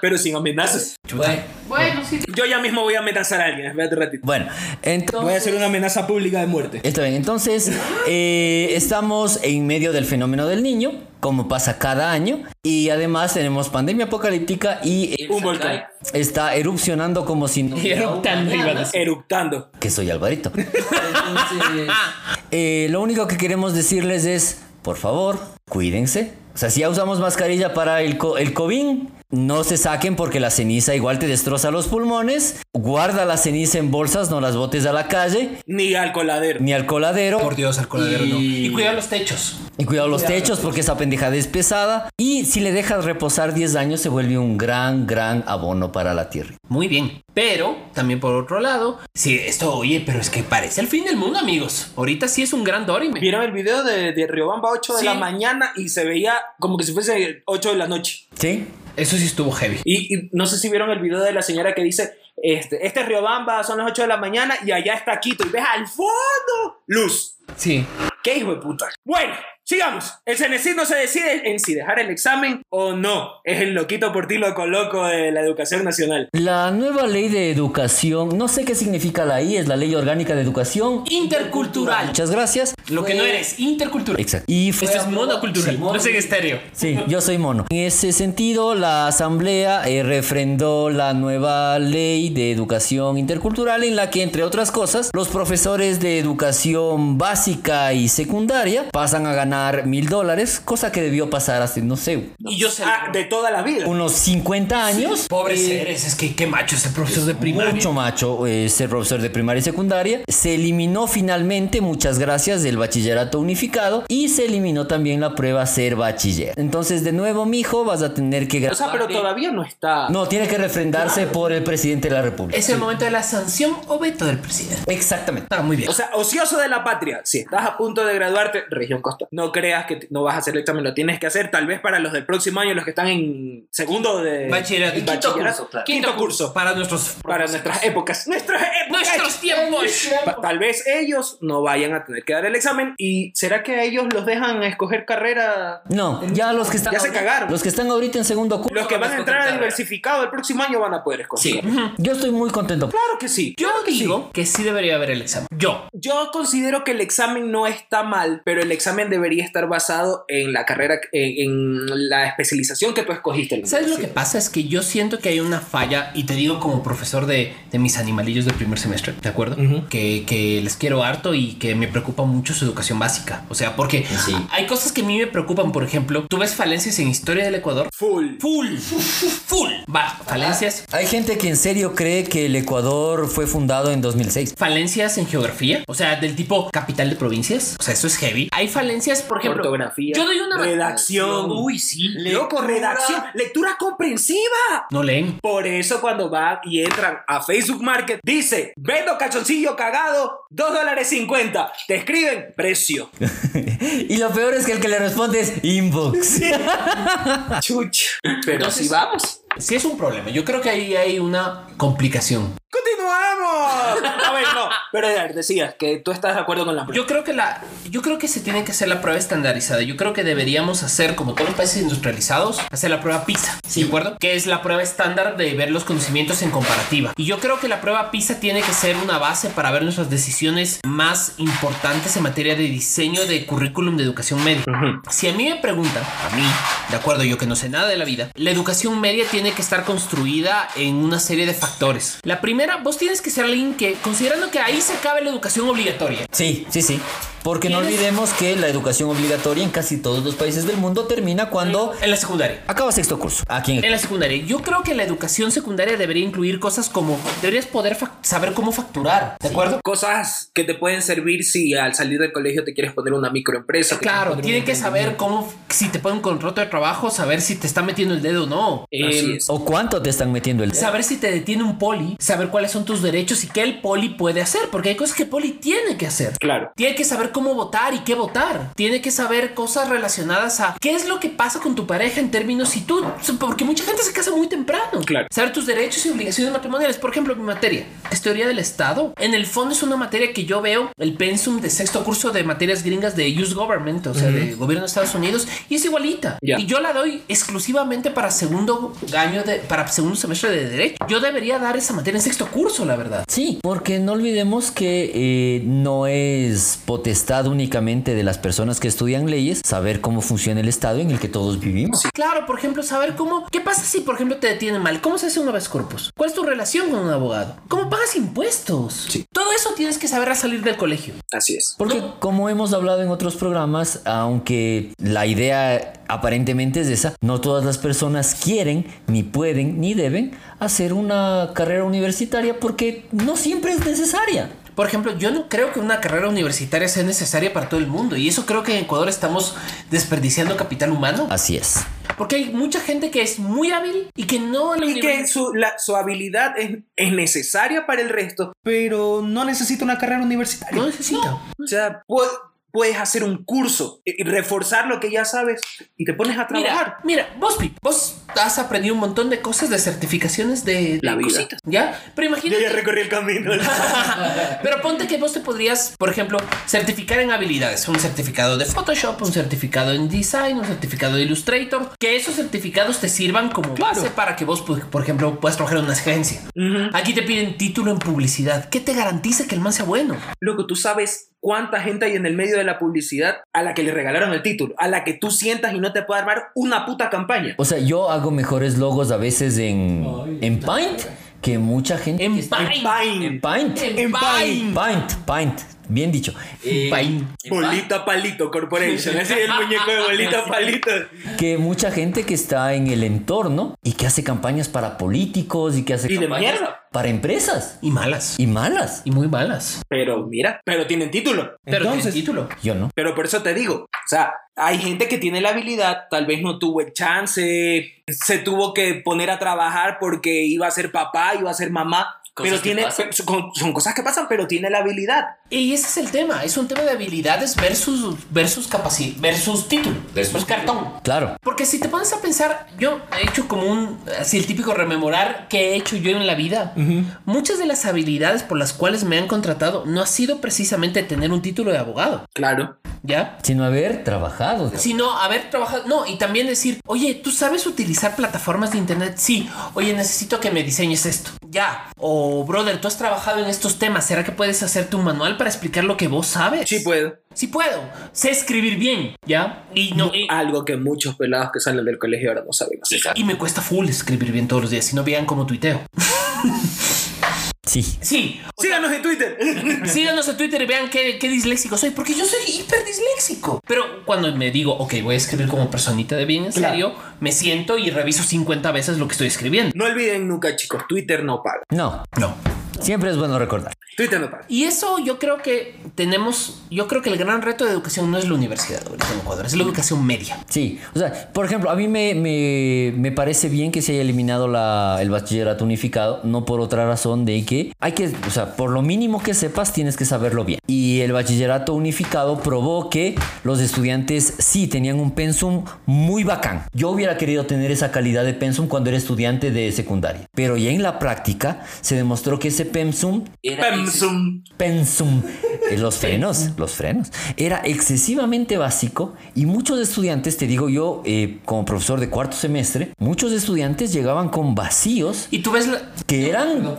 C: pero sin amenazas.
B: Bueno,
F: Bueno, sí,
C: Yo ya mismo voy a amenazar a alguien. Espérate un ratito.
B: bueno, entonces
C: Voy a hacer una amenaza pública de muerte.
B: Está bien, entonces eh, estamos en medio del fenómeno del niño, como pasa cada año, y además tenemos pandemia apocalíptica y
C: Un volcán.
B: está erupcionando como si no... hubiera un
A: Eruptando,
B: mañana.
A: iba a decir.
C: Eructando.
B: Que soy Alvarito. Entonces, eh, lo único que queremos decirles es, por favor, cuídense. O sea, si ya usamos mascarilla para el, co- el COVID, no se saquen porque la ceniza igual te destroza los pulmones. Guarda la ceniza en bolsas, no las botes a la calle,
C: Ni al coladero.
B: ni al coladero.
A: Por Dios, al coladero no. Y cuidar los techos.
B: Y cuidado los techos porque esa pendejada es pesada. Y si le dejas reposar 10 años, se vuelve un gran, gran abono para la tierra.
A: Muy bien. Pero, también por otro lado, sí, esto, oye, pero es que parece el fin del mundo, amigos. Ahorita sí es un gran Dorime.
C: Vieron el video de, de Riobamba 8 de
A: Sí.
C: la mañana y se veía como que si fuese 8 de la noche.
B: ¿Sí?
A: Eso sí estuvo heavy.
C: Y, y no sé si vieron el video de la señora que dice, este, este es Riobamba, son las 8 de la mañana y allá está Quito y ves al fondo luz.
A: Sí.
C: ¡Qué hijo de puta! Bueno, sigamos. El CNESID no se decide en si dejar el examen o no. Es el loquito por ti, loco loco de la educación nacional.
B: La nueva ley de educación, no sé qué significa la I, es la ley orgánica de educación.
A: Intercultural.
B: Ah, Muchas gracias.
A: Lo que no eres, intercultural.
B: Exacto. Y
A: Esto
B: fue
A: Este es
B: aprobado-
A: monocultural,
B: Sí,
A: no es en estéreo.
B: Sí, yo soy mono. En ese sentido, la Asamblea eh, refrendó la nueva ley de educación intercultural en la que, entre otras cosas, los profesores de educación básica y secundaria pasan a ganar mil dólares, cosa que debió pasar hace, no sé,
A: Y yo sé.
C: Ah, de toda la vida.
B: unos 50 años.
A: Pobres seres, es que qué macho ese profesor de primaria.
B: Mucho macho eh, ser profesor de primaria y secundaria. Se eliminó finalmente, muchas gracias, del bachillerato unificado y se eliminó también la prueba ser bachiller. Entonces, de nuevo, mijo, vas a tener que
C: O sea, pero todavía no está.
B: No, tiene que refrendarse por el presidente de la República.
A: Es el momento de la sanción o veto del presidente.
B: Exactamente.
A: Está Ah, muy bien.
C: O sea, ocioso de la patria. Si estás a punto de graduarte, región costa, no creas que t- no vas a hacer el examen, lo tienes que hacer tal vez para los del próximo año, los que están en segundo de
A: Bachillerato.
C: bachillerato. Quinto curso.
A: Para nuestros.
C: Para nuestras épocas. Nuestras épocas.
A: Nuestros tiempos.
C: Pa- Tal vez ellos no vayan a tener que dar el examen. ¿Y será que a ellos los dejan escoger carrera?
B: No, ya los que están.
C: Ya se
B: ahorita-
C: cagaron.
B: Los que están ahorita en segundo curso.
C: Los que van a entrar a
B: escoger
C: diversificado el próximo año van a poder escoger.
B: carrera.
C: carrera.
B: Yo estoy muy contento.
C: Claro que sí.
A: Yo digo que sí debería haber el examen. Yo.
C: Yo considero que el examen no está mal, pero el examen debería debería estar basado en la carrera, en, en la especialización que tú escogiste. en la
A: ¿Sabes lo que
C: universidad.
A: pasa? Es que yo siento que hay una falla, y te digo como profesor de, de mis animalillos del primer semestre, ¿de acuerdo? que, que les quiero harto y que me preocupa mucho su educación básica. O sea, porque
B: Sí.
A: hay cosas que a mí me preocupan, por ejemplo, tú ves falencias en historia del Ecuador.
C: Full.
A: Full, full. Va, falencias.
B: Hay gente que en serio cree que el Ecuador fue fundado en 2006.
A: Falencias en geografía, o sea, del tipo capital de provincias, o sea, eso es heavy. Hay falencias, por ejemplo,
C: Ortografía,
A: Yo doy una
C: redacción.
A: Uy, sí.
C: Loco, redacción, lectura comprensiva.
A: No leen.
C: Por eso cuando van y entran a Facebook Market, dice, vendo cachoncillo cagado, 2 dólares 50. Te escriben precio.
B: Y lo peor es que el que le responde es inbox.
C: Chuch. Pero
A: Entonces-
C: así vamos.
A: Sí es un problema. Yo creo que ahí hay una complicación.
C: ¡Continuamos! Oh, A ver, no. Pero a ver, decías que tú estás de acuerdo con la...
A: Yo creo que la, yo creo que se tiene que hacer la prueba estandarizada. Yo creo que deberíamos hacer, como todos los países industrializados, hacer la prueba PISA, ¿de acuerdo? Que es la prueba estándar de ver los conocimientos en comparativa. Y yo creo que la prueba PISA tiene que ser una base para ver nuestras decisiones más importantes en materia de diseño de currículum de educación media. Si a mí me preguntan, a mí, de acuerdo, yo que no sé nada de la vida, la educación media tiene que estar construida en una serie de factores. La primera, vos tienes que ser alguien que, considerando que ahí se acaba la educación obligatoria,
B: Sí, sí, sí. Porque no
A: ¿Tienes?
B: olvidemos que la educación obligatoria en casi todos los países del mundo termina cuando
A: En la secundaria.
B: acaba sexto curso. Aquí en
A: En la secundaria. Yo creo que la educación secundaria debería incluir cosas como deberías poder fac- saber cómo facturar, ¿de acuerdo?
C: Cosas que te pueden servir si al salir del colegio te quieres poner una microempresa. que
A: Claro,
C: te
A: tienen
C: quieres
A: que saber cómo, si te ponen un contrato de trabajo, saber si te está metiendo el dedo o no. Em,
C: poner un- Así es.
B: ¿O cuánto te están metiendo el
A: Saber si te detiene un poli, saber cuáles son tus derechos y qué el poli puede hacer, porque hay cosas que el poli tiene que hacer.
C: Claro.
A: Tiene que saber cómo votar y qué votar. Tiene que saber cosas relacionadas a qué es lo que pasa con tu pareja en términos si tú, porque mucha gente se casa muy temprano.
C: Claro.
A: Saber tus derechos y obligaciones matrimoniales. Por ejemplo, mi materia es teoría del Estado. En el fondo es una materia que yo veo el pensum de sexto curso de materias gringas de Youth Government, o sea, de gobierno de Estados Unidos, y es igualita.
C: Ya.
A: Y yo la doy exclusivamente para segundo año de, para segundo semestre de derecho. Yo debería dar esa materia en sexto curso, la verdad.
B: Sí, porque no olvidemos que eh, no es potestad únicamente de las personas que estudian leyes saber cómo funciona el Estado en el que todos vivimos.
A: Claro, por ejemplo, saber cómo. ¿Qué pasa si, por ejemplo, te detienen mal? ¿Cómo se hace un habeas corpus? ¿Cuál es tu relación con un abogado? ¿Cómo pagas impuestos? Todo eso tienes que saber al salir del colegio.
C: Así es.
B: Porque como hemos hablado en otros programas, aunque la idea aparentemente es esa, no todas las personas quieren, ni pueden, ni deben hacer una carrera universitaria porque no siempre es necesaria.
A: Por ejemplo, yo no creo que una carrera universitaria sea necesaria para todo el mundo. Y eso creo que en Ecuador estamos desperdiciando capital humano.
B: Así es.
A: Porque hay mucha gente que es muy hábil y que no... en la
C: Y que
A: univers-
C: su, la- su habilidad es, es necesaria para el resto, pero no necesita una carrera universitaria.
A: No necesita.
C: O sea, pu- puedes hacer un curso y y reforzar lo que ya sabes y te pones a trabajar.
A: Mira, mira, vos, Pip, vos has aprendido un montón de cosas de certificaciones de, de
C: La vida.
A: cositas, ¿ya? Pero imagínate...
C: recorrí el camino.
A: Pero ponte que vos te podrías, por ejemplo, certificar en habilidades. Un certificado de Photoshop, un certificado en design, un certificado de Illustrator. Que esos certificados te sirvan como base para que vos, pues, por por ejemplo, puedas trabajar en una agencia. Aquí te piden título en publicidad. ¿Qué te garantiza que el man sea bueno?
C: Loco, tú sabes cuánta gente hay en el medio de la publicidad a la que le regalaron el título, a la que tú sientas y no te puede armar una puta campaña.
B: O sea, yo hago mejores logos a veces en, en Paint que mucha gente...
A: En
B: que está-
A: Paint.
C: Pain,
B: Paint.
A: En Paint.
B: Paint, Paint. Bien dicho. Eh,
A: Paint.
C: bolita palito corporation, así el muñeco de bolita palito.
B: que mucha gente que está en el entorno y que hace campañas para políticos y que hace
C: Y de
B: campañas
C: mierda.
B: para empresas
A: Y malas.
B: y malas.
A: Y muy malas.
C: Pero mira, pero tienen título.
A: Pero
D: Entonces-
A: tiene título.
B: Yo no.
C: Pero por eso te digo, o sea, hay gente que tiene la habilidad, tal vez no tuvo el chance, se tuvo que poner a trabajar porque iba a ser papá, iba a ser mamá,
B: Cosas
C: pero
B: que
C: tiene,
B: pasan.
C: pero son, son cosas que pasan, pero tiene la habilidad.
A: Y ese es el tema. Es un tema de habilidades versus, versus capacidad. Versus título. versus cartón.
B: Claro.
A: Porque si te pones a pensar, yo he hecho como un, así el típico rememorar que he hecho yo en la vida. Muchas de las habilidades por las cuales me han contratado no ha sido precisamente tener un título de abogado.
C: Claro.
A: ¿ya?
B: Sino haber trabajado.
A: Sino haber trabajado, no, y también decir, oye, ¿tú sabes utilizar plataformas de internet? Sí, oye, necesito que me diseñes esto, ya. O, brother, tú has trabajado en estos temas, ¿será que puedes hacerte un manual para explicar lo que vos sabes?
C: Sí puedo.
A: Sí puedo, sé escribir bien, ¿ya? Y no... y-
C: Algo que muchos pelados que salen del colegio ahora no saben hacer.
A: y me cuesta full escribir bien todos los días, si no vean cómo tuiteo.
B: Sí.
A: Sí, o sea,
C: Síganos en Twitter.
A: Síganos en Twitter y vean qué, qué disléxico soy, porque yo soy hiper disléxico. Pero cuando me digo, ok, voy a escribir como personita de bien en
C: Claro.
A: serio, me siento y reviso 50 veces lo que estoy escribiendo.
C: No olviden nunca, chicos, Twitter no paga.
B: No,
A: No.
B: siempre es bueno recordar.
C: Twitter no paga.
A: Y eso yo creo que tenemos, yo creo que el gran reto de educación no es la universidad ahorita en Ecuador, es la educación media.
B: Sí, o sea, por ejemplo, a mí me, me- me parece bien que se haya eliminado la- el bachillerato unificado, no por otra razón de que hay que, o sea, por lo mínimo que sepas tienes que saberlo bien. Y el bachillerato unificado probó que los estudiantes sí tenían un pensum muy bacán. Yo hubiera querido tener esa calidad de pensum cuando era estudiante de secundaria, pero ya en la práctica se demostró que ese pensum era
C: Pensum.
B: pensum. Eh, Los frenos, los frenos. Era excesivamente básico y muchos estudiantes, te digo yo, eh, como profesor de cuarto semestre, muchos estudiantes llegaban con vacíos
A: Y tú ves la...
B: que eran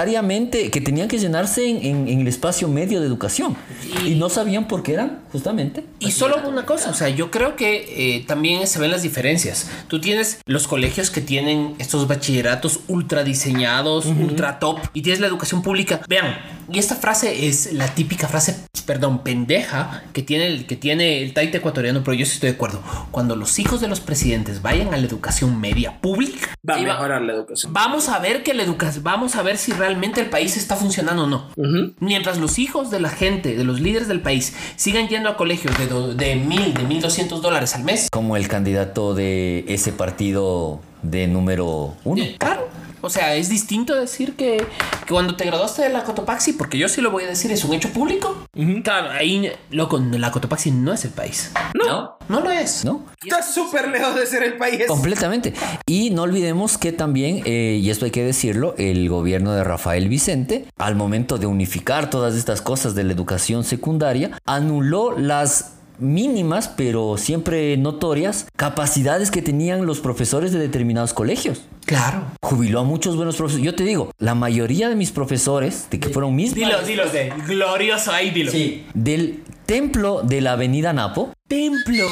B: necesariamente, que tenían que llenarse en, en- en el espacio medio de educación. Y no sabían por qué eran, justamente.
A: Y solo una cosa, o sea, yo creo que eh, también se ven las diferencias. Tú tienes los colegios que tienen estos bachilleratos ultra diseñados, ultra top, y tienes la educación pública. Vean, y esta frase es la típica frase, perdón, pendeja que tiene el, que tiene el taita ecuatoriano, pero yo sí estoy de acuerdo. Cuando los hijos de los presidentes vayan a la educación media pública,
C: Va a
A: ahí va-
C: mejorar la educación.
A: vamos a ver que la educación, vamos a ver si realmente el país está funcionando o no.
C: Ujú.
A: Mientras los hijos de la gente, de los líderes del país, sigan yendo a colegios de, do- de mil, de mil doscientos dólares al mes,
B: Como el candidato de ese partido de número uno.
A: claro. O sea, es distinto decir que, que cuando te graduaste de la Cotopaxi, porque yo sí lo voy a decir, es un hecho público. Claro, ahí, loco, la Cotopaxi no es el país.
B: ¿No?
A: No lo es.
B: ¿No?
C: Está súper lejos de ser el país.
B: Completamente. Y no olvidemos que también, eh, y esto hay que decirlo, el gobierno de Rafael Vicente, al momento de unificar todas estas cosas de la educación secundaria, anuló las mínimas, pero siempre notorias, capacidades que tenían los profesores de determinados colegios.
A: Claro.
B: Jubiló a muchos buenos profesores. Yo te digo, la mayoría de mis profesores, de que fueron mis...
A: Dilo, dilo, de glorioso ahí, dilo.
B: Sí. Del templo de la avenida Napo,
A: Templo.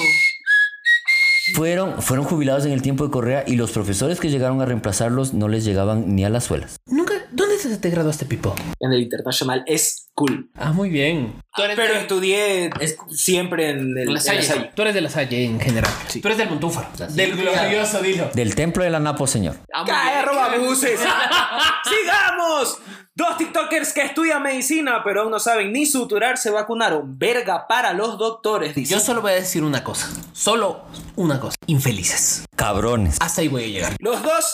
B: fueron, fueron jubilados en el tiempo de Correa y los profesores que llegaron a reemplazarlos no les llegaban ni a las suelas.
A: Nunca, ¿dónde te, te graduaste, Pipo?
C: En el internacional es cool.
A: Ah, muy bien. Tú eres-
C: Pero estudié siempre en el
A: La Salle.
C: en la Salle.
A: Tú eres de la Salle en general. Tú eres del Montúfar. Del glorioso, dilo.
B: Del templo de la Napo, señor.
A: Ah,
C: ¡Cae, roba buses! ¡Sigamos! Dos TikTokers que estudian medicina, pero aún no saben ni suturar, se vacunaron. Verga para los doctores, dice.
A: Yo solo voy a decir una cosa. Solo una cosa. Infelices.
B: Cabrones.
A: Hasta ahí voy a llegar.
C: Los dos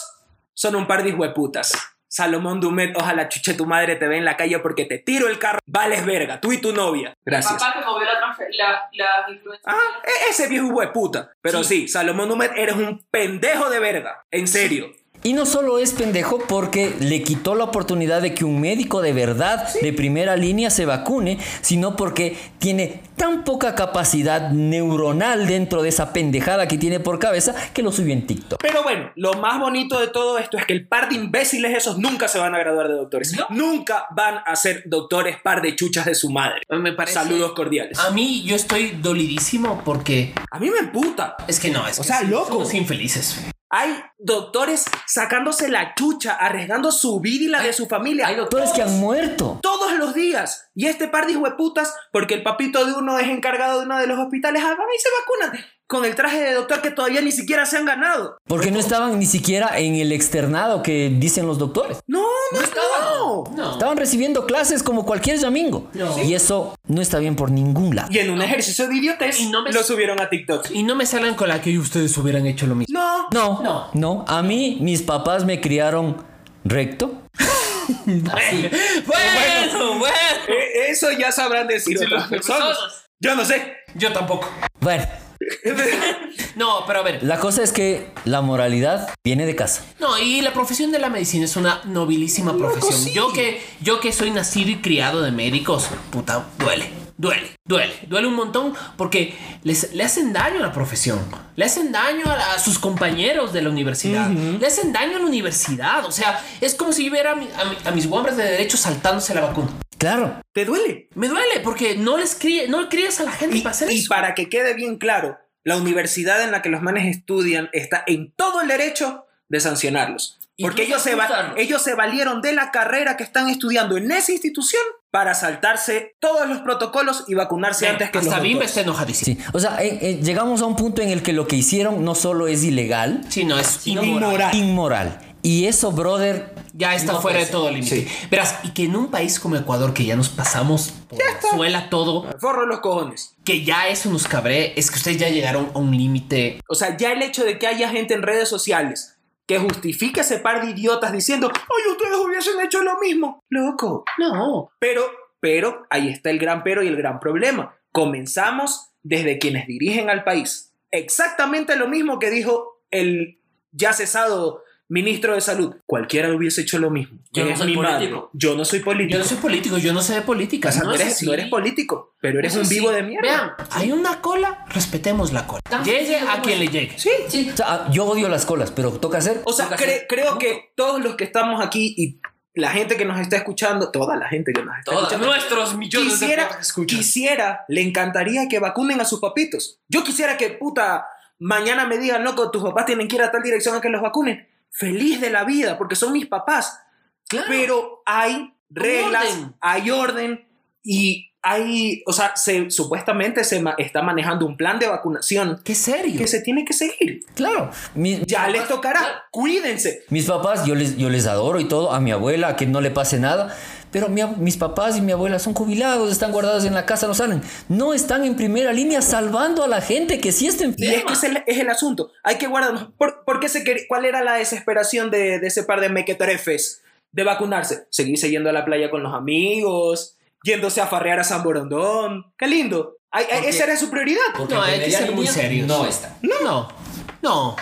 C: son un par de hueputas. Salomón Dumet, ojalá chuche tu madre te ve en la calle porque te tiro el carro. Vales verga, tú y tu novia. Gracias.
F: Papá que movió la transfer- la- las influencias.
C: Ah, e- ese viejo hueputa. Pero sí. Salomón Dumet, eres un pendejo de verga. En serio.
B: Y no solo es pendejo porque le quitó la oportunidad de que un médico de verdad, de primera línea, se vacune, sino porque tiene tan poca capacidad neuronal dentro de esa pendejada que tiene por cabeza que lo subió en TikTok.
C: Pero bueno, lo más bonito de todo esto es que el par de imbéciles esos nunca se van a graduar de doctores. Nunca van a ser doctores par de chuchas de su madre.
A: Me parece.
C: Saludos cordiales.
A: A mí yo estoy dolidísimo porque
C: A mí me emputa.
A: es que no, es que
C: sea,
A: sí,
C: loco.
A: somos infelices.
C: Hay doctores sacándose la chucha, arriesgando su vida y la de su familia.
A: hay doctores
B: Doctores que han muerto.
C: todos los días. Y este par de hueputas, porque el papito de uno es encargado de uno de los hospitales, ah, van y se vacunan con el traje de doctor que todavía ni siquiera se han ganado.
B: Porque no estaban ni siquiera en el externado que dicen los doctores.
C: No, no, no.
A: No.
B: Estaban recibiendo clases como cualquier domingo.
A: No.
B: Y eso no está bien por ningún lado.
C: Y en un ejercicio de idiotez,
A: Y no me-
C: lo subieron a TikTok.
A: Y no me salgan con la que ustedes hubieran hecho lo mismo.
C: No,
B: No,
A: No.
B: no, A mí, mis papás me criaron recto.
A: Bueno, bueno.
C: eh, eso ya sabrán decir otras personas. Yo no sé.
A: Yo tampoco.
B: Bueno,
A: No, pero a ver.
B: la cosa es que la moralidad viene de casa.
A: No, y la profesión de la medicina es una nobilísima profesión.
C: sí.
A: Yo que yo que soy nacido y criado de médicos, puta, duele. duele, duele, duele un montón porque les, le hacen daño a la profesión, le hacen daño a, la- a sus compañeros de la universidad, le hacen daño a la universidad. O sea, es como si yo viera a, mi- a mi- a mis hombres de derecho saltándose la vacuna.
B: Claro.
C: ¿Te duele?
A: Me duele porque no les críe, no crías a la gente
C: Y,
A: para hacer
C: y
A: eso.
C: para que quede bien claro, la universidad en la que los manes estudian está en todo el derecho de sancionarlos. Porque
A: Incluso
C: ellos se, va-
A: expulsarlos.
C: ellos se valieron de la carrera que están estudiando en esa institución para saltarse todos los protocolos y vacunarse antes que
A: Hasta
C: los
A: Bimba
C: doctores.
A: está enojadísimo.
B: Sí. O sea, eh, eh, llegamos a un punto en el que lo que hicieron no solo es ilegal,
A: Sí, no, es
B: sino
A: inmoral.
B: inmoral. Y eso, brother,
A: Ya está fuera de todo límite. Verás, y que en un país como Ecuador, que ya nos pasamos por la suela todo,
C: Forro los cojones.
A: que ya eso nos cabré, es que ustedes ya llegaron a un límite
C: O sea, ya el hecho de que haya gente en redes sociales que justifique ese par de idiotas diciendo, ¡ay, ustedes hubiesen hecho lo mismo! Loco. No. Pero, pero, ahí está el gran pero y el gran problema. Comenzamos desde quienes dirigen al país. Exactamente lo mismo que dijo el ya cesado ministro de salud. Cualquiera hubiese hecho lo mismo.
A: Yo no
C: Eres
A: soy
C: mi
A: político.
C: madre. Yo no soy político.
A: Yo no soy político, yo no sé de política.
C: O sea,
A: no,
C: tú
A: es
C: eres,
A: así.
C: no eres político, pero eres
A: No
C: un
A: es
C: vivo
A: así.
C: de mierda.
A: Vean, hay una cola, respetemos la cola.
F: Tan
A: Llegue
F: sencillo
A: a
F: como
A: quien
F: es.
A: le llegue.
C: Sí.
B: o sea, yo odio las colas, pero toca hacer.
C: O sea,
B: toca
C: cre-
B: hacer.
C: creo que todos los que estamos aquí y la gente que nos está escuchando, toda la gente que nos está escuchando,
E: nuestros millones
C: quisiera, quisiera, le encantaría que vacunen a sus papitos. Yo quisiera que, puta, mañana me digan, loco, tus papás tienen que ir a tal dirección a que los vacunen. Feliz de la vida, porque son mis papás. Pero hay reglas,
A: orden.
C: hay orden y hay, o sea, se, supuestamente se ma- está manejando un plan de vacunación
A: Qué serio.
C: que se tiene que seguir.
B: Claro. Mi-
C: Ya les tocará, cuídense.
B: Mis papás, yo les, yo les adoro y todo, a mi abuela, a que no le pase nada, pero mi ab- mis papás y mi abuela son jubilados, están guardados en la casa, no salen. No están en primera línea salvando a la gente que sí está
C: Y es
B: enferma.
C: que ese es el- es el asunto. Hay que guardarnos. ¿Por, por qué se quer- ¿Cuál era la desesperación de, de ese par de mequetrefes de vacunarse? Seguirse yendo a la playa con los amigos, yéndose a farrear a San Borondón. ¡Qué lindo! Ay, ay, esa era su prioridad.
A: No, hay que ser muy serios. No está. No, no. No,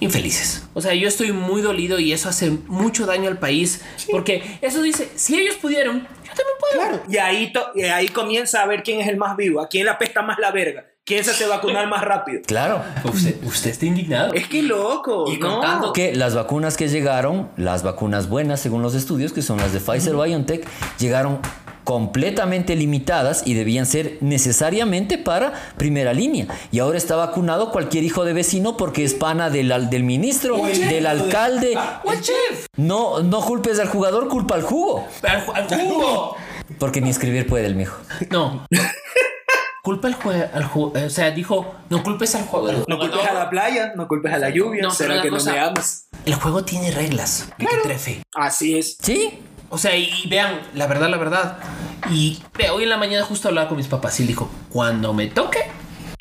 A: infelices. O sea, yo estoy muy dolido y eso hace mucho daño al país. Porque eso dice, si ellos pudieron, yo también puedo.
C: Claro. Y ahí, to- y ahí comienza a ver quién es el más vivo, a quién la pesta más la verga, quién se hace vacunar más rápido.
B: Claro.
A: Usted, usted está indignado.
C: Es que loco.
E: Y
C: no.
E: contando
B: Que las vacunas que llegaron, las vacunas buenas según los estudios, que son las de Pfizer BioNTech, llegaron completamente limitadas y debían ser necesariamente para primera línea. Y ahora está vacunado cualquier hijo de vecino porque es pana del, al- del ministro, del alcalde. No, no culpes al jugador, culpa al jugo.
A: Al, ju- al jugo.
B: Porque ni escribir puede el mijo.
A: No. Culpa al juego. o sea, dijo, no culpes al jugador.
C: No culpes a la playa, no culpes a la lluvia,
A: No, pero
C: será
A: la
C: que
A: cosa-
C: no me amas.
A: El juego tiene reglas. Claro.
C: Así es.
B: ¿Sí?
A: O sea, y, y vean, la verdad, la verdad. Y ve, hoy en la mañana justo hablaba con mis papás y le dijo, cuando me toque,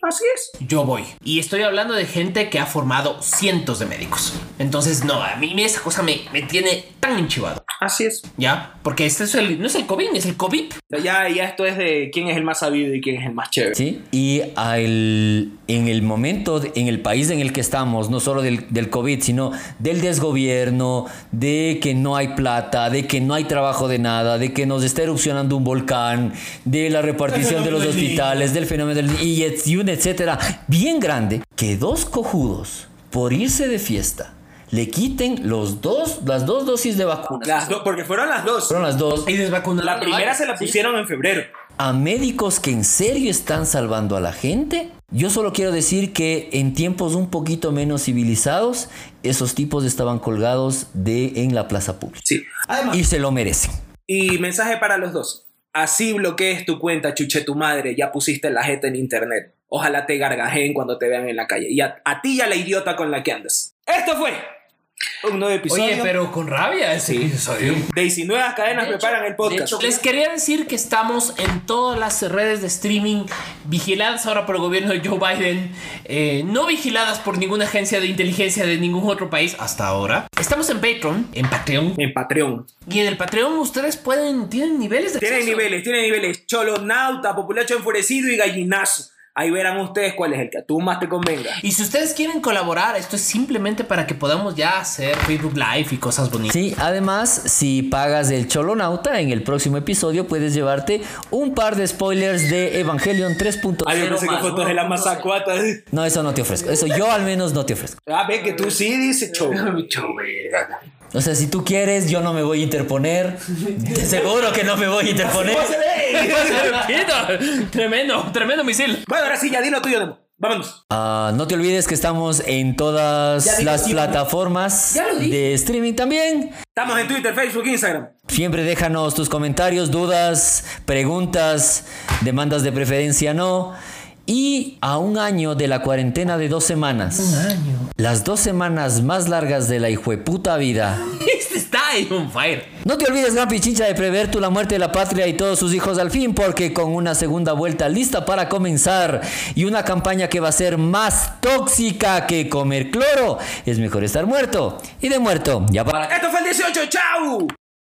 C: Así es.
A: yo voy. Y estoy hablando de gente que ha formado cientos de médicos. Entonces, no, a mí esa cosa me, me tiene tan enchivado,
C: Así es.
A: ¿ya? Porque este es el, no es el COVID, es el COVID.
C: O sea, Ya, ya esto es de quién es el más sabido y quién es el más chévere.
B: Sí. Y al- en el momento, de- en el país en el que estamos, no solo del, del COVID, sino del desgobierno, de que no hay plata, de que no hay trabajo de nada, de que nos está erupcionando un volcán, de la repartición de los hospitales, del fenómeno del y et- y un etcétera, bien grande, que dos cojudos por irse de fiesta le quiten los dos, las dos dosis de vacunas.
C: Las dos, porque fueron las dos.
B: Fueron las dos.
A: Y desvacunaron.
C: La primera se la pusieron en febrero.
B: a médicos que en serio están salvando a la gente. Yo solo quiero decir que en tiempos un poquito menos civilizados, esos tipos estaban colgados de en la plaza pública.
C: Sí. Además,
B: Y se lo merecen.
C: y mensaje para los dos. Así bloquees tu cuenta, chuche tu madre, ya pusiste la jeta en internet. Ojalá te gargajen cuando te vean en la calle. Y a, a ti ya la idiota con la que andas. Esto fue un nuevo episodio.
A: Oye, pero con rabia ese episodio.
C: De 19 cadenas preparan el podcast.
A: Les quería decir que estamos en todas las redes de streaming vigiladas ahora por el gobierno de Joe Biden, eh, no vigiladas por ninguna agencia de inteligencia de ningún otro país hasta ahora. Estamos en Patreon, en Patreon,
C: en Patreon.
A: y en el Patreon ustedes pueden, tienen niveles de
C: Tienen
A: acceso.
C: niveles, tienen niveles. Cholonauta, populacho enfurecido y gallinazo. Ahí verán ustedes cuál es el que a tú más te convenga.
A: Y si ustedes quieren colaborar, esto es simplemente para que podamos ya hacer Facebook Live y cosas bonitas.
B: Sí, además, si pagas el Cholonauta, en el próximo episodio puedes llevarte un par de spoilers de Evangelion 3.0.
C: Ahí Ah, yo pensé que
B: más
C: fotos
B: uno.
C: de la mazacuata.
B: No, eso no te ofrezco. Eso yo al menos no te ofrezco.
C: Ah, ve que tú sí dices show.
B: O sea, si tú quieres, yo no me voy a interponer. Te Seguro que no me voy a interponer.
A: tremendo, tremendo misil.
C: Bueno, ahora sí, ya di lo tuyo, Nemo. Vámonos.
B: Ah, no te olvides que estamos en todas las plataformas de streaming también.
C: Estamos en Twitter, Facebook, Instagram.
B: Siempre déjanos tus comentarios, dudas, preguntas, demandas de preferencia no. Y a un año de la cuarentena de dos semanas. Las dos semanas más largas de la hijueputa vida.
A: Este está ahí on fire.
B: No te olvides, gran pichincha, de prever tú la muerte de la patria y todos sus hijos al fin, porque con una segunda vuelta lista para comenzar y una campaña que va a ser más tóxica que comer cloro, es mejor estar muerto. Y de muerto, ya para
C: Esto fue el 18, chau.